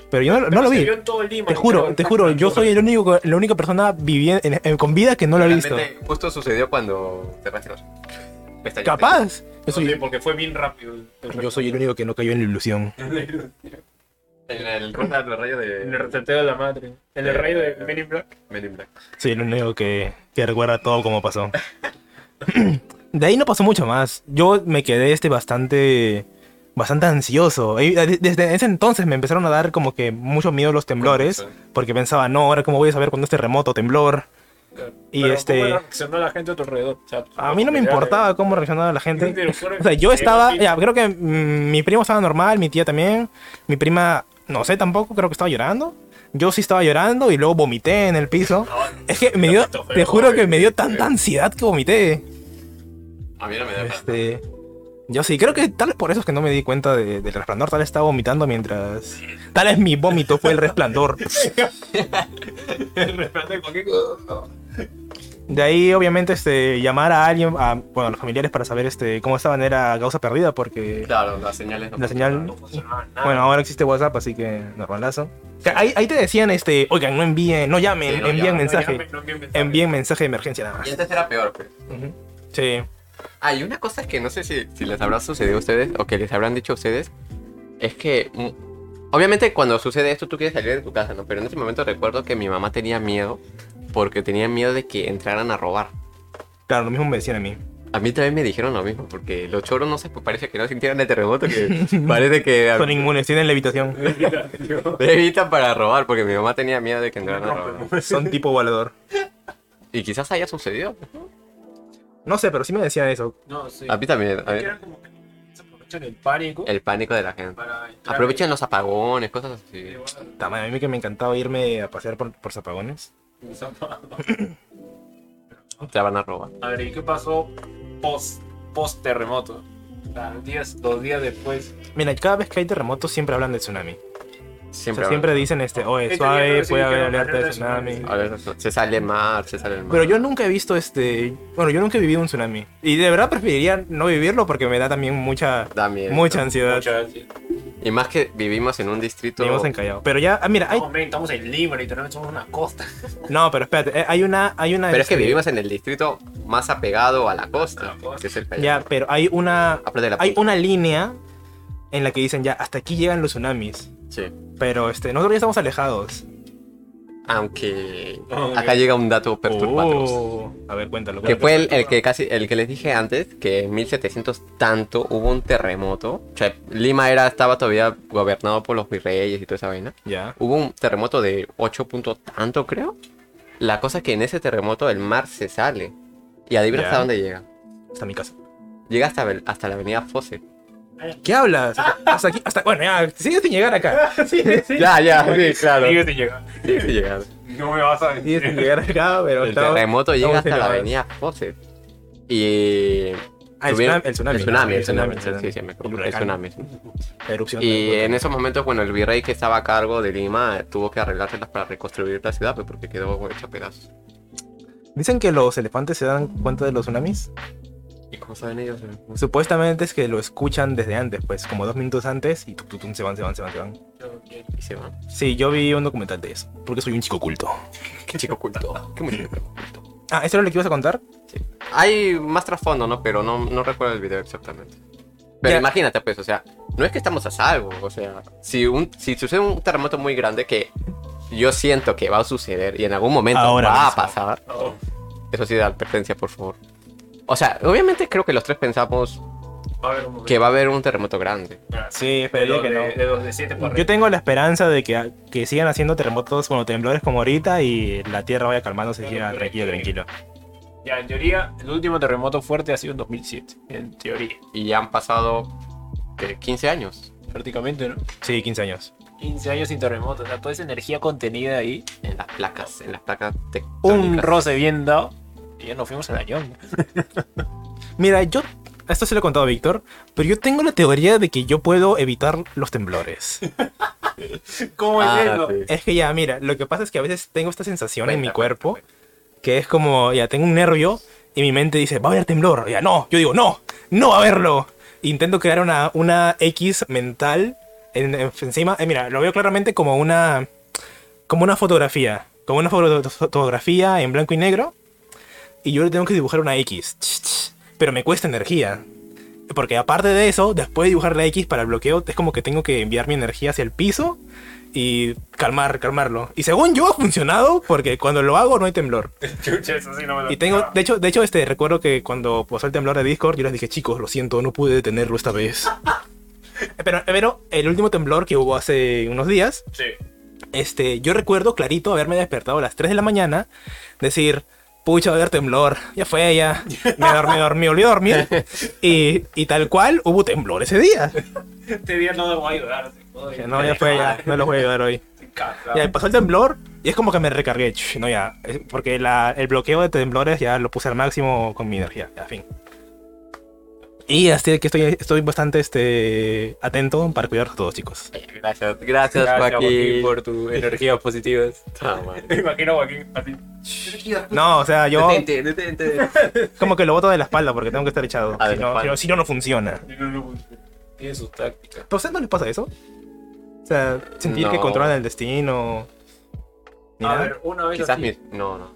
Pero yo no, no lo
Se
vi.
vio en todo Lima,
Te juro,
creo.
te juro. Yo soy el único, la única persona viviendo con vida que no lo ha visto.
Realmente, Justo sucedió cuando te rastreas. Pestañas.
Capaz. Yo
No sé,
soy,
porque fue bien rápido. el- el-
yo soy el único que no cayó en la ilusión.
En el ruta del rayo de
En el reseteo de la madre. En el rayo de Men in Black.
Men in Black.
Soy el único que, que recuerda todo como pasó. De ahí no pasó mucho más. Yo me quedé este bastante. Bastante ansioso. Y eh, de- Desde ese entonces me empezaron a dar como que mucho miedo los temblores. Porque pensaba, no, ahora cómo voy a saber cuando es terremoto, temblor. Y
Pero
este-
¿cómo reaccionó la gente a tu alrededor? O sea,
A mí no me importaba cómo reaccionaba la gente. O sea, yo
Eh,
estaba,
sí.
ya, creo que mm, mi primo estaba normal, mi tía también, mi prima, no sé tampoco, creo que estaba llorando. Yo sí estaba llorando y luego vomité en el piso. Es que me dio,
feo,
te juro que me dio tanta ansiedad que vomité.
A mí no me da pena.
Este, yo sí, creo que tal vez por eso es que no me di cuenta de- del resplandor, tal vez estaba vomitando mientras... Tal vez mi vómito fue el resplandor.
El resplandor de cualquier cosa.
De ahí, obviamente, este, llamar a alguien, a, bueno, a los familiares para saber este, cómo estaban era causa perdida, porque
Claro, las señales no
la señal.
No funcionaba
Ah.
nada.
Bueno, ahora existe WhatsApp, así que normalazo. O sea, ahí, ahí te decían, este, oigan, no envíen, no llamen,
Sí, no
envíen
llamen,
No, ya
mensaje.
me- no, bien mensaje.
envíen mensaje de emergencia nada más.
Y antes era peor, pues.
Ujú. Sí.
Ah, y una cosa es que no sé si, si les habrá sucedido a ustedes o que les habrán dicho a ustedes, es que mm, obviamente cuando sucede esto tú quieres salir de tu casa, ¿no? Pero en ese momento recuerdo que mi mamá tenía miedo porque tenía miedo de que entraran a robar.
Claro, lo mismo me decían a mí.
A mí también me dijeron lo mismo, porque los choros no sé, pues parece que no sintieron el terremoto, que parece que
Son inmunes, tienen levitación.
Mira, yo-
evitan para robar, porque mi mamá tenía miedo de que entraran a robar.
Rompemos.
Son tipo volador.
Y quizás haya sucedido.
No sé, pero sí me decían eso.
No, sí.
A mí también. a Eh, mí-
Era como que se aprovechan el pánico
el pánico de la gente.
para entrar
Aprovechan los apagones, cosas así.
en-
Ta madre, a mí que me encantaba irme a pasear por, por zapagones.
Te van a robar.
A ver, ¿y qué pasó post, post terremoto? días, dos días después.
Mira, cada vez que hay terremotos siempre hablan de tsunami. O
Siempre.
sea, siempre dicen, este, oye,
Este día
suave,
recibí
puede
que
haber
era
alerta de
alerta de tsunami.
tsunami.
A ver, se sale el mar, se sale el mar.
Pero yo nunca he visto este. Bueno, yo nunca he vivido un tsunami. Y de verdad preferiría no vivirlo porque me da también mucha.
Da miedo.
Mucha ansiedad.
Muchas gracias.
Y más que vivimos en un distrito.
Vivimos en Callao. Pero ya, ah, mira, hay.
No, men, estamos en Lima, literalmente somos una costa.
No, pero espérate, eh, hay una. Hay una
Pero es que
este,
vivimos en el distrito más apegado a la costa,
A la costa.
que es el Callao.
Ya, pero hay una.
Aparte de la
Hay
punta.
una línea en la que dicen ya, hasta aquí llegan los tsunamis.
Sí.
Pero este, nosotros ya estamos alejados.
Aunque
Ah, ok.
acá llega un dato perturbador.
Oh, A ver, cuéntalo.
Que
cuéntalo.
fue el, el que casi el que les dije antes, que en 1700 tanto hubo un terremoto. O sea, Lima era, estaba todavía gobernado por los virreyes y toda esa vaina.
Ya.
Hubo un terremoto de 8 puntos tanto, creo. La cosa es que en ese terremoto el mar se sale. Y adivina
Ya.
hasta dónde llega.
Hasta mi casa.
Llega hasta, Bel- hasta la avenida Fose.
¿Qué hablas? Hasta aquí, hasta. Bueno, ya, sigue sin llegar acá.
sí, sí.
Ya, ya, sí, claro.
Sigue sin llegar.
Tiene que llegar.
No me vas a
Sigue sin
decir.
llegar acá, pero
El
estamos-
terremoto llega
estamos
hasta la
elevados.
avenida Fose. Y.
Ah, el
tuvieron-
tsunami. El tsunami,
El tsunami, el tsunami.
el tsunami.
Sí, sí, me
El
equivoco, el
huracán.
tsunami.
La erupción.
Y
del
en
volcán.
esos momentos, bueno, el virrey que estaba a cargo de Lima eh, tuvo que arreglárselas para reconstruir la ciudad, pues, porque quedó hecha pedazos.
Dicen que los elefantes se dan cuenta de los tsunamis.
¿Y cómo saben ellos?
Supuestamente es que lo escuchan desde antes, pues, como dos minutos antes y tum, tum, tum, se van, se van, se van, se van.
Y se van.
Sí, yo vi un documental de eso, porque soy un chico culto.
Qué chico oculto. Qué muchacho oculto.
Ah, ¿eso era lo que ibas a contar?
Hay más trasfondo, ¿no? Pero no, no recuerdo el video exactamente. Pero
Ya.
imagínate, pues, o sea, no es que estamos a salvo. O sea, si, un, si sucede un terremoto muy grande que yo siento que va a suceder y en algún momento
Ahora
va
mismo.
a pasar,
No,
eso sí da advertencia, por favor. O sea, obviamente creo que los tres pensamos
va a haber un momento.
que va a haber un terremoto grande.
Sí,
De
esperaría
dos
que no.
de- de dos de siete para
Yo
arriba.
tengo la esperanza de que, que sigan haciendo terremotos, bueno, temblores como ahorita y la tierra vaya calmándose y
Claro,
diga,
pero
tranquilo,
que-
tranquilo.
Ya, en teoría, el último terremoto fuerte ha sido en 2007. En teoría.
Y ya han pasado ¿qué? 15 años.
Prácticamente, ¿no?
Sí, 15 años.
15 años sin terremoto. O sea, toda esa energía contenida ahí.
En las placas, en las placas tectónicas.
Un roce bien dado. Y ya nos fuimos al añón. pues.
Mira, yo, esto se lo he contado a Víctor, pero yo tengo la teoría de que yo puedo evitar los temblores.
¿Cómo
Ah, sí.
Es que ya, mira, lo que pasa es que a veces tengo esta sensación en mi
Cuenta,
cuerpo que es como, ya tengo un nervio y mi mente dice, va a haber temblor. Ya, no, yo digo, no, no va a haberlo. Intento crear una, una X mental en- en- encima. Eh, mira, lo veo claramente como una, como una fotografía, como una foto- fotografía en blanco y negro y yo le tengo que dibujar una X. Ch, ch. Pero me cuesta energía. Porque aparte de eso, después de dibujar la X para el bloqueo, es como que tengo que enviar mi energía hacia el piso y calmar, calmarlo. Y según yo ha funcionado porque cuando lo hago no hay temblor.
Chucha, eso sí no me lo
Y tengo, de hecho, de hecho este, recuerdo que cuando pasó el temblor de Discord, yo les dije, chicos, lo siento, no pude detenerlo esta vez. pero, pero el último temblor que hubo hace unos días,
Sí.
este, yo recuerdo clarito haberme despertado a las 3 de la mañana, decir, pucha, va a haber temblor, ya fue, ya, me dormí, dormí, olvidé dormir, y, y tal cual hubo temblor ese día.
Este día no me voy a ayudar.
Dije, No, ya fue, ya, no los voy a ayudar hoy. Ya, y pasó el temblor, y es como que me recargué, ch, no, ya, es porque la- el bloqueo de temblores ya lo puse al máximo con mi energía, ya, fin. Y así que estoy, estoy bastante este, atento para cuidar a todos, chicos.
Gracias, gracias,
Joaquín,
Joaquín.
por tus energías positivas.
Ah, man.
Me imagino a Joaquín así.
No, o sea, yo
Detente, detente.
como que lo boto de la espalda porque tengo que estar echado.
Ah, de
Si no, si
la
no-
espalda.
si no, no funciona.
No, no, no, Tiene sus tácticas.
¿Pero a ustedes no les pasa eso? O sea, sentir que
No.
controlan el destino. ni
A
nada.
ver, una vez
Quizás
así.
mi. No, no.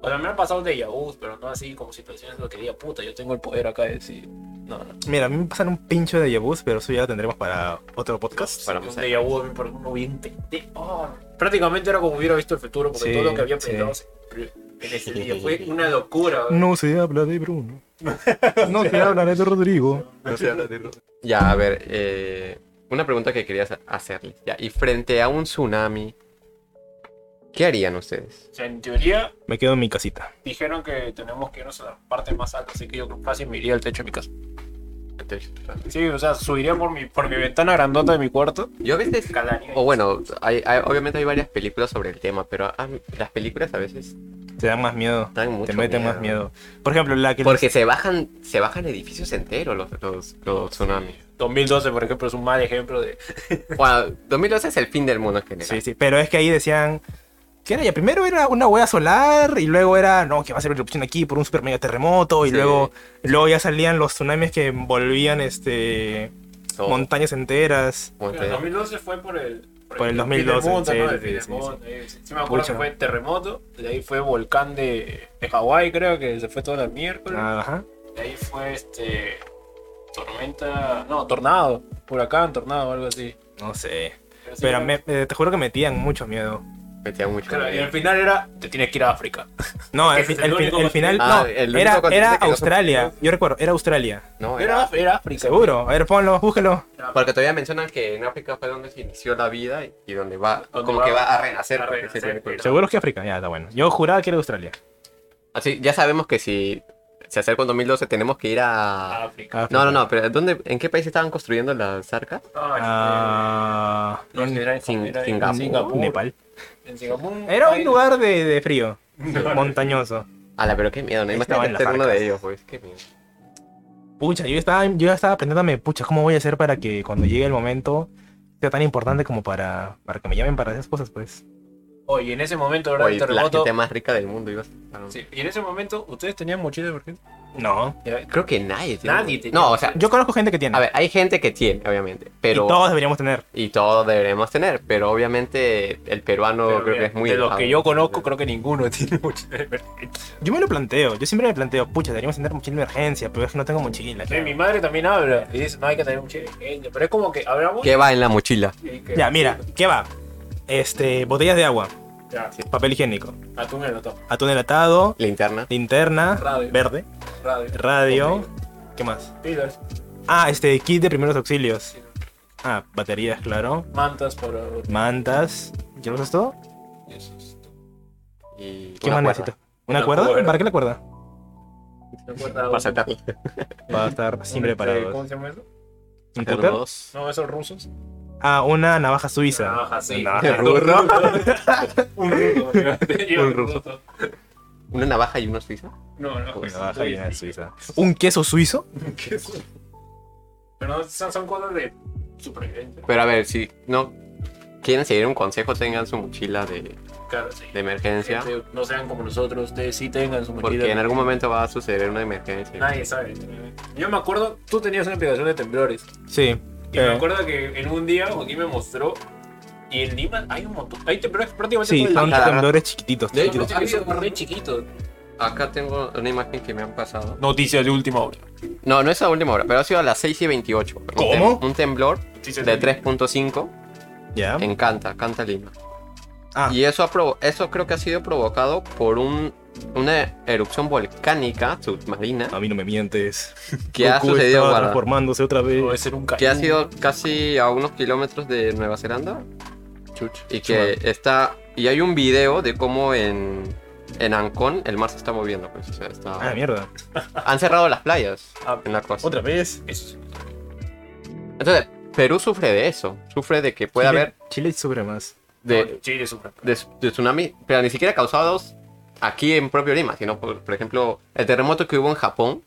O sea, me han pasado de yabús, pero no así como situaciones lo que diga, puta, yo tengo el poder acá de decir. No, no.
Mira, a mí me pasan un pincho de yabús, pero eso ya lo tendremos para otro podcast.
Para
un
pues,
más
déjà vu a mí, por ejemplo, bien te- te- oh, prácticamente era como hubiera visto el futuro, porque
Sí,
todo lo que había
sí.
pensado se cumplió en ese día fue una locura. güey.
No se habla de Bruno. No se habla de Rodrigo.
Ya, a ver, eh, una pregunta que quería hacer- hacerles. Ya, y frente a un tsunami, ¿qué harían ustedes?
O sea, en teoría
Me quedo en mi casita.
dijeron que tenemos que irnos a la parte más alta, así que yo creo que fácil me iría al techo de mi casa. Sí, o sea, subiría por mi, por mi ventana grandota de mi cuarto.
Yo a veces,
Escalaría.
o bueno, hay- hay- obviamente hay varias películas sobre el tema, pero ah, las películas a veces
Te dan más miedo.
dan mucho
te meten más miedo. Por ejemplo, la que.
Porque se bajan, se bajan edificios enteros los, los, los tsunamis.
2012, por ejemplo, es un mal ejemplo de.
Bueno, 2012 es el fin del mundo en general.
Sí, sí. Pero es que ahí decían. ¿Qué era? Ya primero era una hueá solar y luego era. No, que va a ser una erupción aquí por un super mega terremoto. Y
Sí.
luego. Luego ya salían los tsunamis que envolvían este.
Todo,
montañas enteras.
Pero el
montaña.
2012 fue por el.
Por el
fin
2012,
del mundo,
sí,
¿no?
sí,
El fin del
sí,
mundo, eh. Sí, me acuerdo
Pucha.
que fue terremoto, de ahí fue volcán de, de Hawái, creo que se fue toda la miércoles.
Ajá.
De ahí fue este. Tormenta. No, tornado. Huracán, tornado, algo así.
No sé.
Pero, sí,
Pero
creo-
me- eh, te juro que metían mucho miedo.
Metía mucho
Claro, y
miedo.
al final era. Te tienes que ir a África.
No, el,
Ese
fi-
es
el
el
fi-
único
el final.
continente-
No,
Ah, el único
era,
continente
era
que no se-
Australia. Yo recuerdo, era Australia.
No, era-
Era, era África.
Seguro. A ver, ponlo, búsquelo.
Porque todavía mencionan que en África fue donde se inició la vida y, y donde va,
Donde
como
va-
que va a renacer.
a
porque es el
renacer,
único-
pero-
Seguro que África. Ya, está bueno. Yo juraba que era Australia.
Así, ya sabemos que si se acerca un 2012 tenemos que ir a...
África.
No, no, no, pero ¿dónde, ¿en qué país estaban construyendo las arcas?
Ah,
No, este, era en
Sin-
era en
Singapur.
Nepal.
En Singapur.
Uh. Era un
Ahí-
lugar de, de frío,
No.
montañoso.
Ala, Ah, pero qué miedo, no
Ahí
imagínate
estaban las
ser uno
arcas.
de ellos, pues, qué miedo.
Pucha, yo estaba, yo ya estaba aprendiéndome, pucha, ¿cómo voy a hacer para que cuando llegue el momento sea tan importante como para, para que me llamen para esas cosas, pues?
Oye, en ese momento era el
Oye, la
terremoto.
gente más rica del mundo iba a ser-
Sí, y en ese momento, ¿ustedes tenían mochila de emergencia?
No.
Creo que nadie tiene-
Nadie tenía-
No, o sea,
Yo conozco gente que tiene.
a ver, hay gente que tiene, obviamente, pero...
Y todos deberíamos tener.
y todos deberemos tener, pero obviamente el peruano
Pero
creo
mira,
que es muy...
de los
dejado.
que yo conozco, creo que ninguno tiene mochila de emergencia.
Yo me lo planteo, yo siempre me planteo, pucha, deberíamos tener mochila de emergencia, pero es que no tengo mochila.
Sí, mi madre también habla y dice, no hay que tener mochila de emergencia. Pero es como que hablamos
¿Qué va en la mochila?
y que...
Ya, mira, ¿qué va? Este, botellas de agua,
Ya,
papel higiénico,
atún en la tapa,
atún enlatado,
Linterna.
linterna,
Radio.
verde,
radio,
radio, ¿qué más?
pilas,
Ah, este, kit de primeros auxilios. Ah, baterías, claro.
mantas para...
Mantas. ¿Ya lo usas todo?
Y
¿Qué
una
más
cuerda.
necesito? ¿Una
Una
cuerda?
cuerda.
¿Para qué la cuerda?
¿Se acuerdan?
Para saltar.
Va a estar siempre
Este, ¿Cómo
parado.
se llama eso?
¿Un
Pero
cúter?
dos.
No, esos rusos.
Ah, una navaja suiza.
Navaja, sí.
Navaja
Ru- ¿Ruso?
Un ruso. mira.
Un ruso.
Una navaja y una suiza.
No, pues, no.
Una navaja
soy-
llena de suiza. ¿Un queso suizo?
queso. Pero no, son, son cosas de supervivencia.
Pero a ver, si no quieren seguir un consejo, tengan su mochila de,
Claro, sí.
de emergencia.
Gente, No sean como nosotros, ustedes sí tengan su mochila.
Porque en algún momento va a suceder una emergencia.
Nadie sabe. Yo me acuerdo, tú tenías una aplicación de temblores.
Sí.
Y me
Eh,
acuerdo que en un día Joaquín me mostró. Y en Lima hay un montón. Hay temblores prácticamente
sí,
todo
son
el
Ajá.
temblores chiquititos.
De
chiquititos.
hecho,
día. Son re chiquitos.
Acá tengo una imagen que me han pasado.
Noticias de última hora.
No, no es a última hora, pero ha sido a las 6 y 28. Un tem-
¿Cómo?
Un temblor
Noticias
de 3.5
Ya.
en Canta, Canta Lima.
Ah,
Y eso, ha provo- eso creo que ha sido provocado por un, una erupción volcánica submarina
a mí no me mientes.
que ha
Goku
sucedido
estaba
guarda,
transformándose otra
Puede
vez.
ser un
que ha
cañón.
sido casi a unos kilómetros de Nueva Zelanda.
Chuch.
Y que está. Y hay un video de cómo en. En Ancón el mar se está moviendo, pues. o sea, está-
Ah, mierda.
Han cerrado las playas
Ah,
en la costa.
Otra vez.
Eso
Entonces, Perú sufre de eso. Sufre de que puede
Chile-
haber
Chile sobre más.
de,
Chile es un huracán.
de, de tsunami, pero ni siquiera causados aquí en propio Lima, sino por, por ejemplo, el terremoto que hubo en Japón.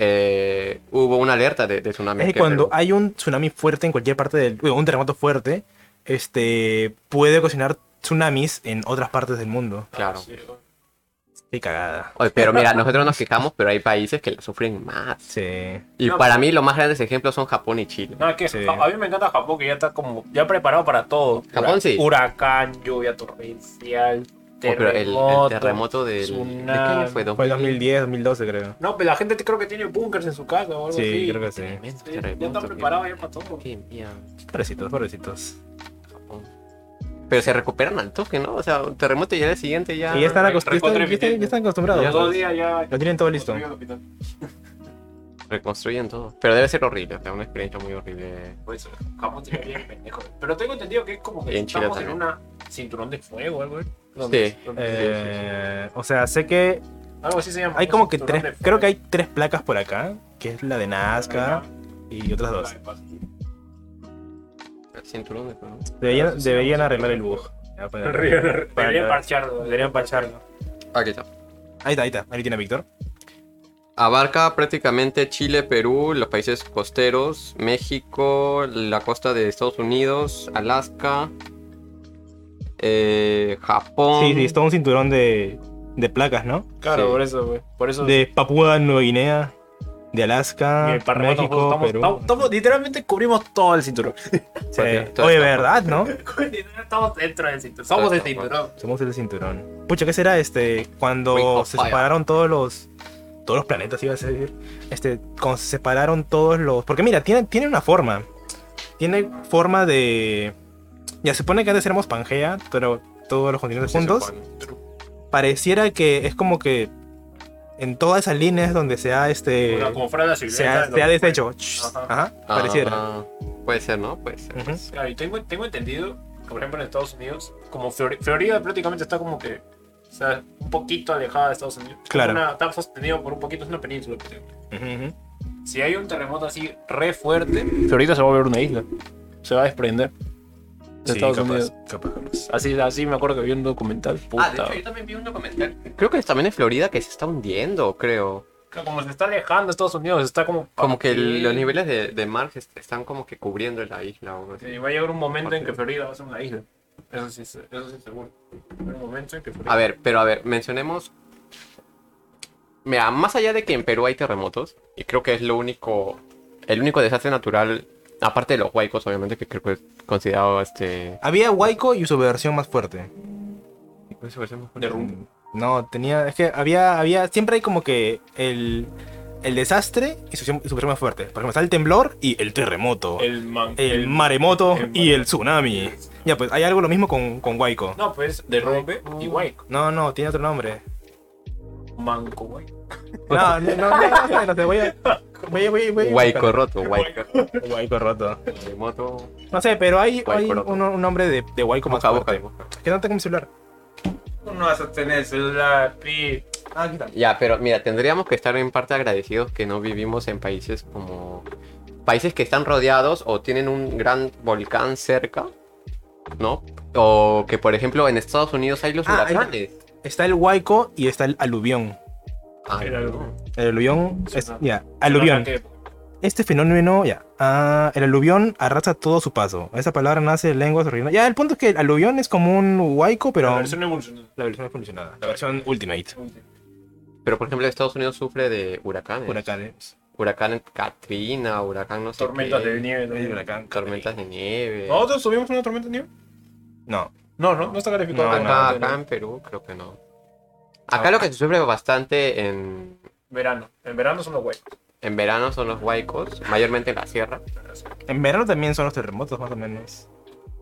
eh, hubo una alerta de, de tsunami.
Es que
aquí en
cuando
Perú.
hay un tsunami fuerte en cualquier parte del. bueno, un terremoto fuerte, este. puede ocasionar tsunamis en otras partes del mundo.
Claro.
Sí, bueno.
Qué cagada.
Oye, pero mira, nosotros nos quejamos, pero hay países que la sufren más.
Sí.
Y
No,
para mí los más grandes ejemplos son Japón y Chile. Oh,
No, es que
Sí.
a a mí me encanta Japón, que ya está como ya preparado para todo.
Japón
Hura-
sí.
Huracán, lluvia torrencial,
Oh, pero
terremoto.
el- el, terremoto del... ¿De qué año
tsunami.
fue? ¿Dos
Fue el
mil?
2010, 2012, creo.
No, pero la gente te- creo que tiene bunkers en su casa o algo
Sí,
así.
creo que sí.
Tremendo
Sí, ya
terremoto,
están
qué-
preparados ya para todo.
qué mierda,
Pobrecitos, pobrecitos.
Japón. Pero se recuperan al toque, ¿no? O sea, un terremoto y ya el siguiente ya...
Y ya están, acost- ya están-
recontra
ya están- ya están acostumbrados. pues.
Ya dos días ya.
Lo tienen todo listo.
Reconstruyen todo. Pero debe ser horrible, o sea, una experiencia muy horrible.
Por eso, Japón sería bien pendejo. Pero tengo entendido que es como que
Y en Chile
estamos en
también.
una cinturón de fuego o algo. ¿eh?
Sí.
Eh, o sea, sé que
Algo así se llama.
hay
un
como que
cinturón
tres,
de
creo que hay
fuego.
tres placas por acá, que es la de Nazca y otras dos.
El cinturón de fuego.
Deberían, deberían arreglar el bug. Ya, para-
Deberían
para-
parcharlo.
Deberían parcharlo.
Aquí está.
Ahí está, ahí está. Ahí tiene a Víctor.
Abarca prácticamente Chile, Perú, los países costeros, México, la costa de Estados Unidos, Alaska, eh, Japón.
Sí, sí, es todo un cinturón de, de placas, ¿no?
Claro,
Sí.
por eso, güey. Por eso.
De Papúa Nueva Guinea, de
Y
Alaska,
el Parramato,
México,
estamos-
Perú.
estamos- estamos- literalmente cubrimos todo el cinturón.
Sí.
Todo
Eh, Oye,
está-
¿verdad, no?
estamos dentro del cinturón. Somos el
Todo está-
cinturón.
Somos el cinturón. Pucha, ¿qué será este?
Ring
Cuando
of
se
Fire.
separaron todos los. Todos los planetas, iba a decir. Este, cuando se separaron todos los. Porque mira, tiene, tiene una forma. Tiene forma de. Ya se supone que antes éramos Pangea, pero todos los continentes juntos. Pareciera que es como que. En todas esas líneas donde se ha este.
Bueno, como fuera la
se ha, se ha deshecho.
Ajá.
Ajá,
Ah,
pareciera.
puede ser, ¿no? Puede ser.
Ujú.
Claro, y tengo, tengo entendido, que, por ejemplo, en Estados Unidos, como Flor- Florida prácticamente está como que. O sea, un poquito alejada de Estados Unidos. Es
Claro.
una- está sostenido por un poquito, es una península. prácticamente.
Ujú, ujú.
Si hay un terremoto así re fuerte, Florida se va a volver una isla. Se va a desprender
Sí,
de Estados
capaz,
Unidos.
capaz, capaz.
Así, así me acuerdo que vi un documental. Puta.
Ah, de hecho, yo también vi un documental. Creo que también en Florida que se está hundiendo, creo.
Claro, como se está alejando de Estados Unidos, está como.
Como que el-
Sí.
los niveles de, de mar se est- están como que cubriendo la isla. o algo así.
Sí, va a llegar un momento en que Florida va a ser una isla. Eso sí, es- eso sí es seguro. Va a haber Un momento en que Florida.
A ver, pero a ver, mencionemos. Mira, más allá de que en Perú hay terremotos, y creo que es lo único. El único desastre natural, aparte de los huaicos, obviamente, que creo que es considerado este.
Había Waiko y su versión más fuerte.
Derrumbe.
No, tenía. Es que había. había siempre hay como que el, el desastre y su, su versión más fuerte. Por ejemplo, está el temblor y el terremoto. El,
El man.
maremoto
el
y el
maremoto.
tsunami. Ya, pues hay algo lo mismo con, con Waiko.
No, pues derrumbe y huaico.
No, no, tiene otro nombre.
Manco huaico.
No, no, no, no, no, sé, no sé, voy a. Voy a. Voy a- voy a
Huaico roto, huaico.
Waiko roto.
Terremoto.
No sé, pero hay,
Waiko
hay
roto.
un, un nombre de, de Waiko más
Busca, busca,
fuerte.
busca.
Es que no tengo mi celular.
No vas a tener celular, pi.
Ah, aquí está.
Ya, pero mira, tendríamos que estar en parte agradecidos que no vivimos en países como. Países que están rodeados o tienen un gran volcán cerca, ¿no? O que, por ejemplo, en Estados Unidos hay los
Ah, ahí va.
huracanes.
Está el Waiko y está el aluvión.
Ah,
Era
no.
algo.
El aluvión
Sí,
es.
no.
Ya, aluvión.
Que-
Este fenómeno, ya. ah, el aluvión arrasa todo su paso. Esa palabra nace de lenguas originales. Ya, el punto es que el aluvión es como un huaico, pero.
La versión evolucionó.
la versión evolucionada. La versión Ultimate.
Pero por ejemplo, Estados Unidos sufre de huracanes.
Huracanes.
Huracán Katrina, huracán no sé
Tormentas
qué,
de nieve. también.
huracán.
tormentas de nieve.
¿Nosotros subimos una tormenta de nieve?
No.
No, no, no está calificado.
No,
como
no,
acá,
tormenta de
acá
nieve.
en Perú creo que no. Acá lo que se sufre bastante en,
Verano. En verano son los huecos.
en verano son los huaicos, mayormente en la sierra.
En verano también son los terremotos, más o menos.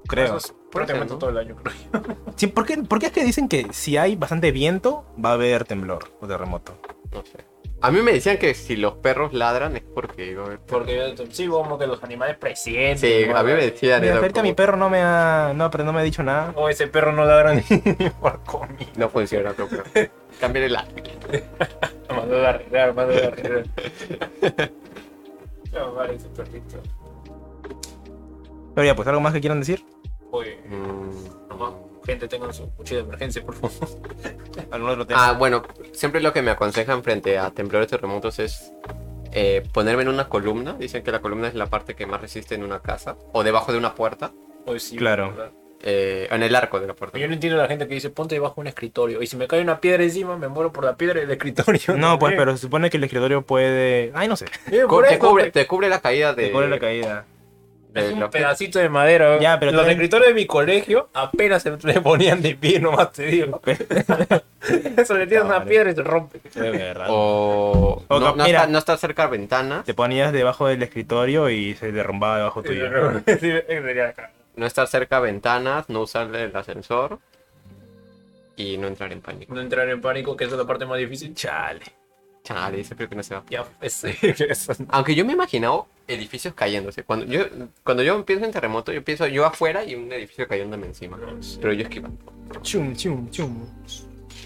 Creo.
Eso es prácticamente
¿no?
todo el año, creo.
Sí, ¿por, qué, por qué es que dicen que si hay bastante viento, va a haber temblor o terremoto?
No sé. A mí me decían que si los perros ladran es porque... iba a haber-
Porque sí, como que los animales presienten.
Sí,
¿no?
a mí me decían...
Mira,
eso,
cerca mi
como,
perro no me ha. No, pero no me ha dicho nada.
O ese perro no ladra ni por comida.
No funciona, creo que. Cámbiale la...
Mandó a arreglar, mandó a arreglar. No, vale, ese perrito.
Pero ya, pues algo más que quieran decir.
Oye,
Mm.
nomás, gente, tengan su cuchillo de emergencia, por favor.
Algún otro tema.
Ah, bueno, siempre lo que me aconsejan frente a temblores terremotos es eh, ponerme en una columna. Dicen que la columna es la parte que más resiste en una casa. O debajo de una puerta.
Pues sí,
Claro.
¿verdad?
eh, en el arco de la puerta.
Yo no entiendo a la gente que dice ponte debajo de un escritorio. Y si me cae una piedra encima, me muero por la piedra del escritorio.
No, pues,
Eh,
pero se supone que el escritorio puede. Ay, no sé.
eh,
Co-
por
te,
eso,
cubre, te cubre la caída de.
Te cubre la caída.
de
Es un
la-
pedacito de madera.
Ya, pero
los
también-
escritorios de mi colegio apenas se le ponían de pie, nomás te digo. Eso le tiras
No,
una
vale.
piedra y se rompe.
De verdad.
O.
O
no,
cap-
no
mira.
está, no está cerca de ventanas.
Te ponías debajo del escritorio y se derrumbaba debajo
Sí,
tuyo.
sería acá.
No estar cerca de ventanas. No usar el ascensor. Y no entrar en pánico.
No entrar en pánico, que esa es la parte más difícil.
Chale.
Chale, ese creo que no se va.
Ya, pues, ese- eso.
Aunque yo me he imaginado edificios cayéndose. Cuando yo, cuando yo pienso en terremoto, yo pienso yo afuera y un edificio cayéndome encima. Pero yo esquivando.
Chum, chum, chum.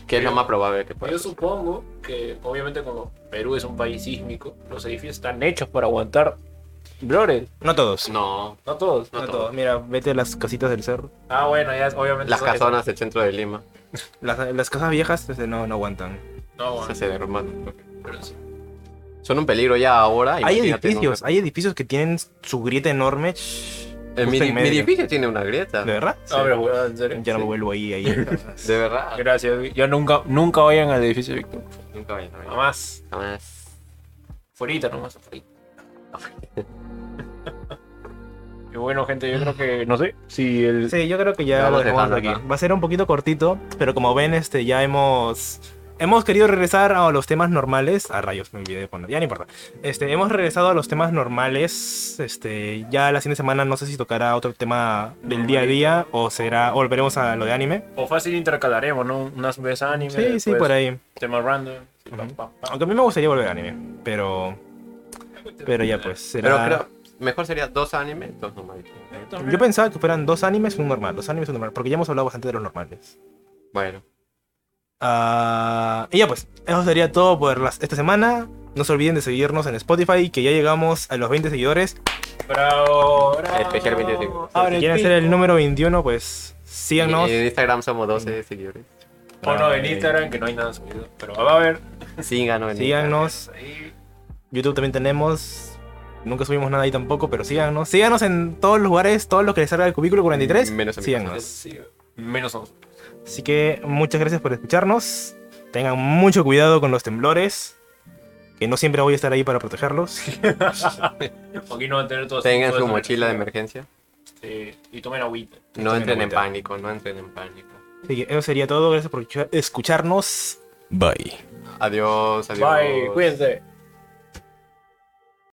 Que es lo más probable que pueda.
Yo supongo que, obviamente, como Perú es un país sísmico, los edificios están hechos para aguantar temblores.
No todos.
No,
No todos.
No,
no
todos.
todo.
Mira, vete a las casitas del cerro.
Ah, bueno, ya, es- obviamente.
Las
eso- eso-
casonas del centro de Lima.
Las, las casas viejas este, no, no aguantan.
No,
O sea,
bueno,
se derrumban.
pero sí.
Son un peligro ya ahora.
Hay
imagínate,
edificios,
no
hay edificios que tienen su grieta enorme. shh,
sé. Eh, mi,
justo en
mi
medio.
edificio tiene una grieta.
¿De verdad?
No, pero, bueno, en serio.
Ya no
Sí.
vuelvo ahí, ahí. en casas.
De verdad.
Gracias, yo nunca, nunca vayan al edificio Víctor.
Nunca vayan, no vayan.
Jamás.
Jamás.
Forita nomás, forita. Y bueno, gente, yo creo que, no sé, si el...
Sí, yo creo que ya
Vamos
lo dejamos
dejando
aquí.
acá.
Va a ser un poquito cortito, pero como ven, este, ya hemos. Hemos querido regresar a los temas normales. A rayos, me olvidé de poner. Ya no importa. Este, hemos regresado a los temas normales. Este, ya la siguiente semana no sé si tocará otro tema del día a día o será. o volveremos a lo de anime.
O fácil intercalaremos, ¿no? Unas veces anime.
Sí, sí,
después
pues.
por ahí.
Tema random. sí, pam,
Ujú.
pam, pam.
Aunque a mí me gustaría volver a anime. Pero. Pero ya pues.
Pero
Será...
creo, mejor sería dos animes, dos normalitos.
Yo
pues-
pensaba que fueran dos animes un normal. Dos animes un normal. Porque ya hemos hablado bastante de los normales.
Bueno,
Ah, y ya pues, eso sería todo por las- esta semana. No se olviden de seguirnos en Spotify, que ya llegamos a los 20 seguidores.
Bravo, bravo.
Especialmente digo.
si quieren ser el número 21, pues síganos.
en Instagram somos 12 seguidores.
Ponlo en Instagram, que no hay nada subido. Pero va a haber.
Síganos en Instagram.
Síganos.
Ahí.
YouTube también tenemos. Nunca subimos nada ahí tampoco, pero síganos. Síganos en todos los lugares, todos los que les salga el cubículo 43.
Menos en mi
síganos.
pues Sí, Menos somos.
Así que muchas gracias por escucharnos. Tengan mucho cuidado con los temblores. Que no siempre voy a estar ahí para protegerlos.
Aquí no van a tener todas
Tengan
todas
su
esas
mochila de
energías.
emergencia.
Sí, y tomen agüita.
No entren en
cuenta.
pánico, no entren en pánico.
Así que eso sería todo. Gracias por escucha- escucharnos. Bye.
Adiós, adiós.
Bye, cuídense.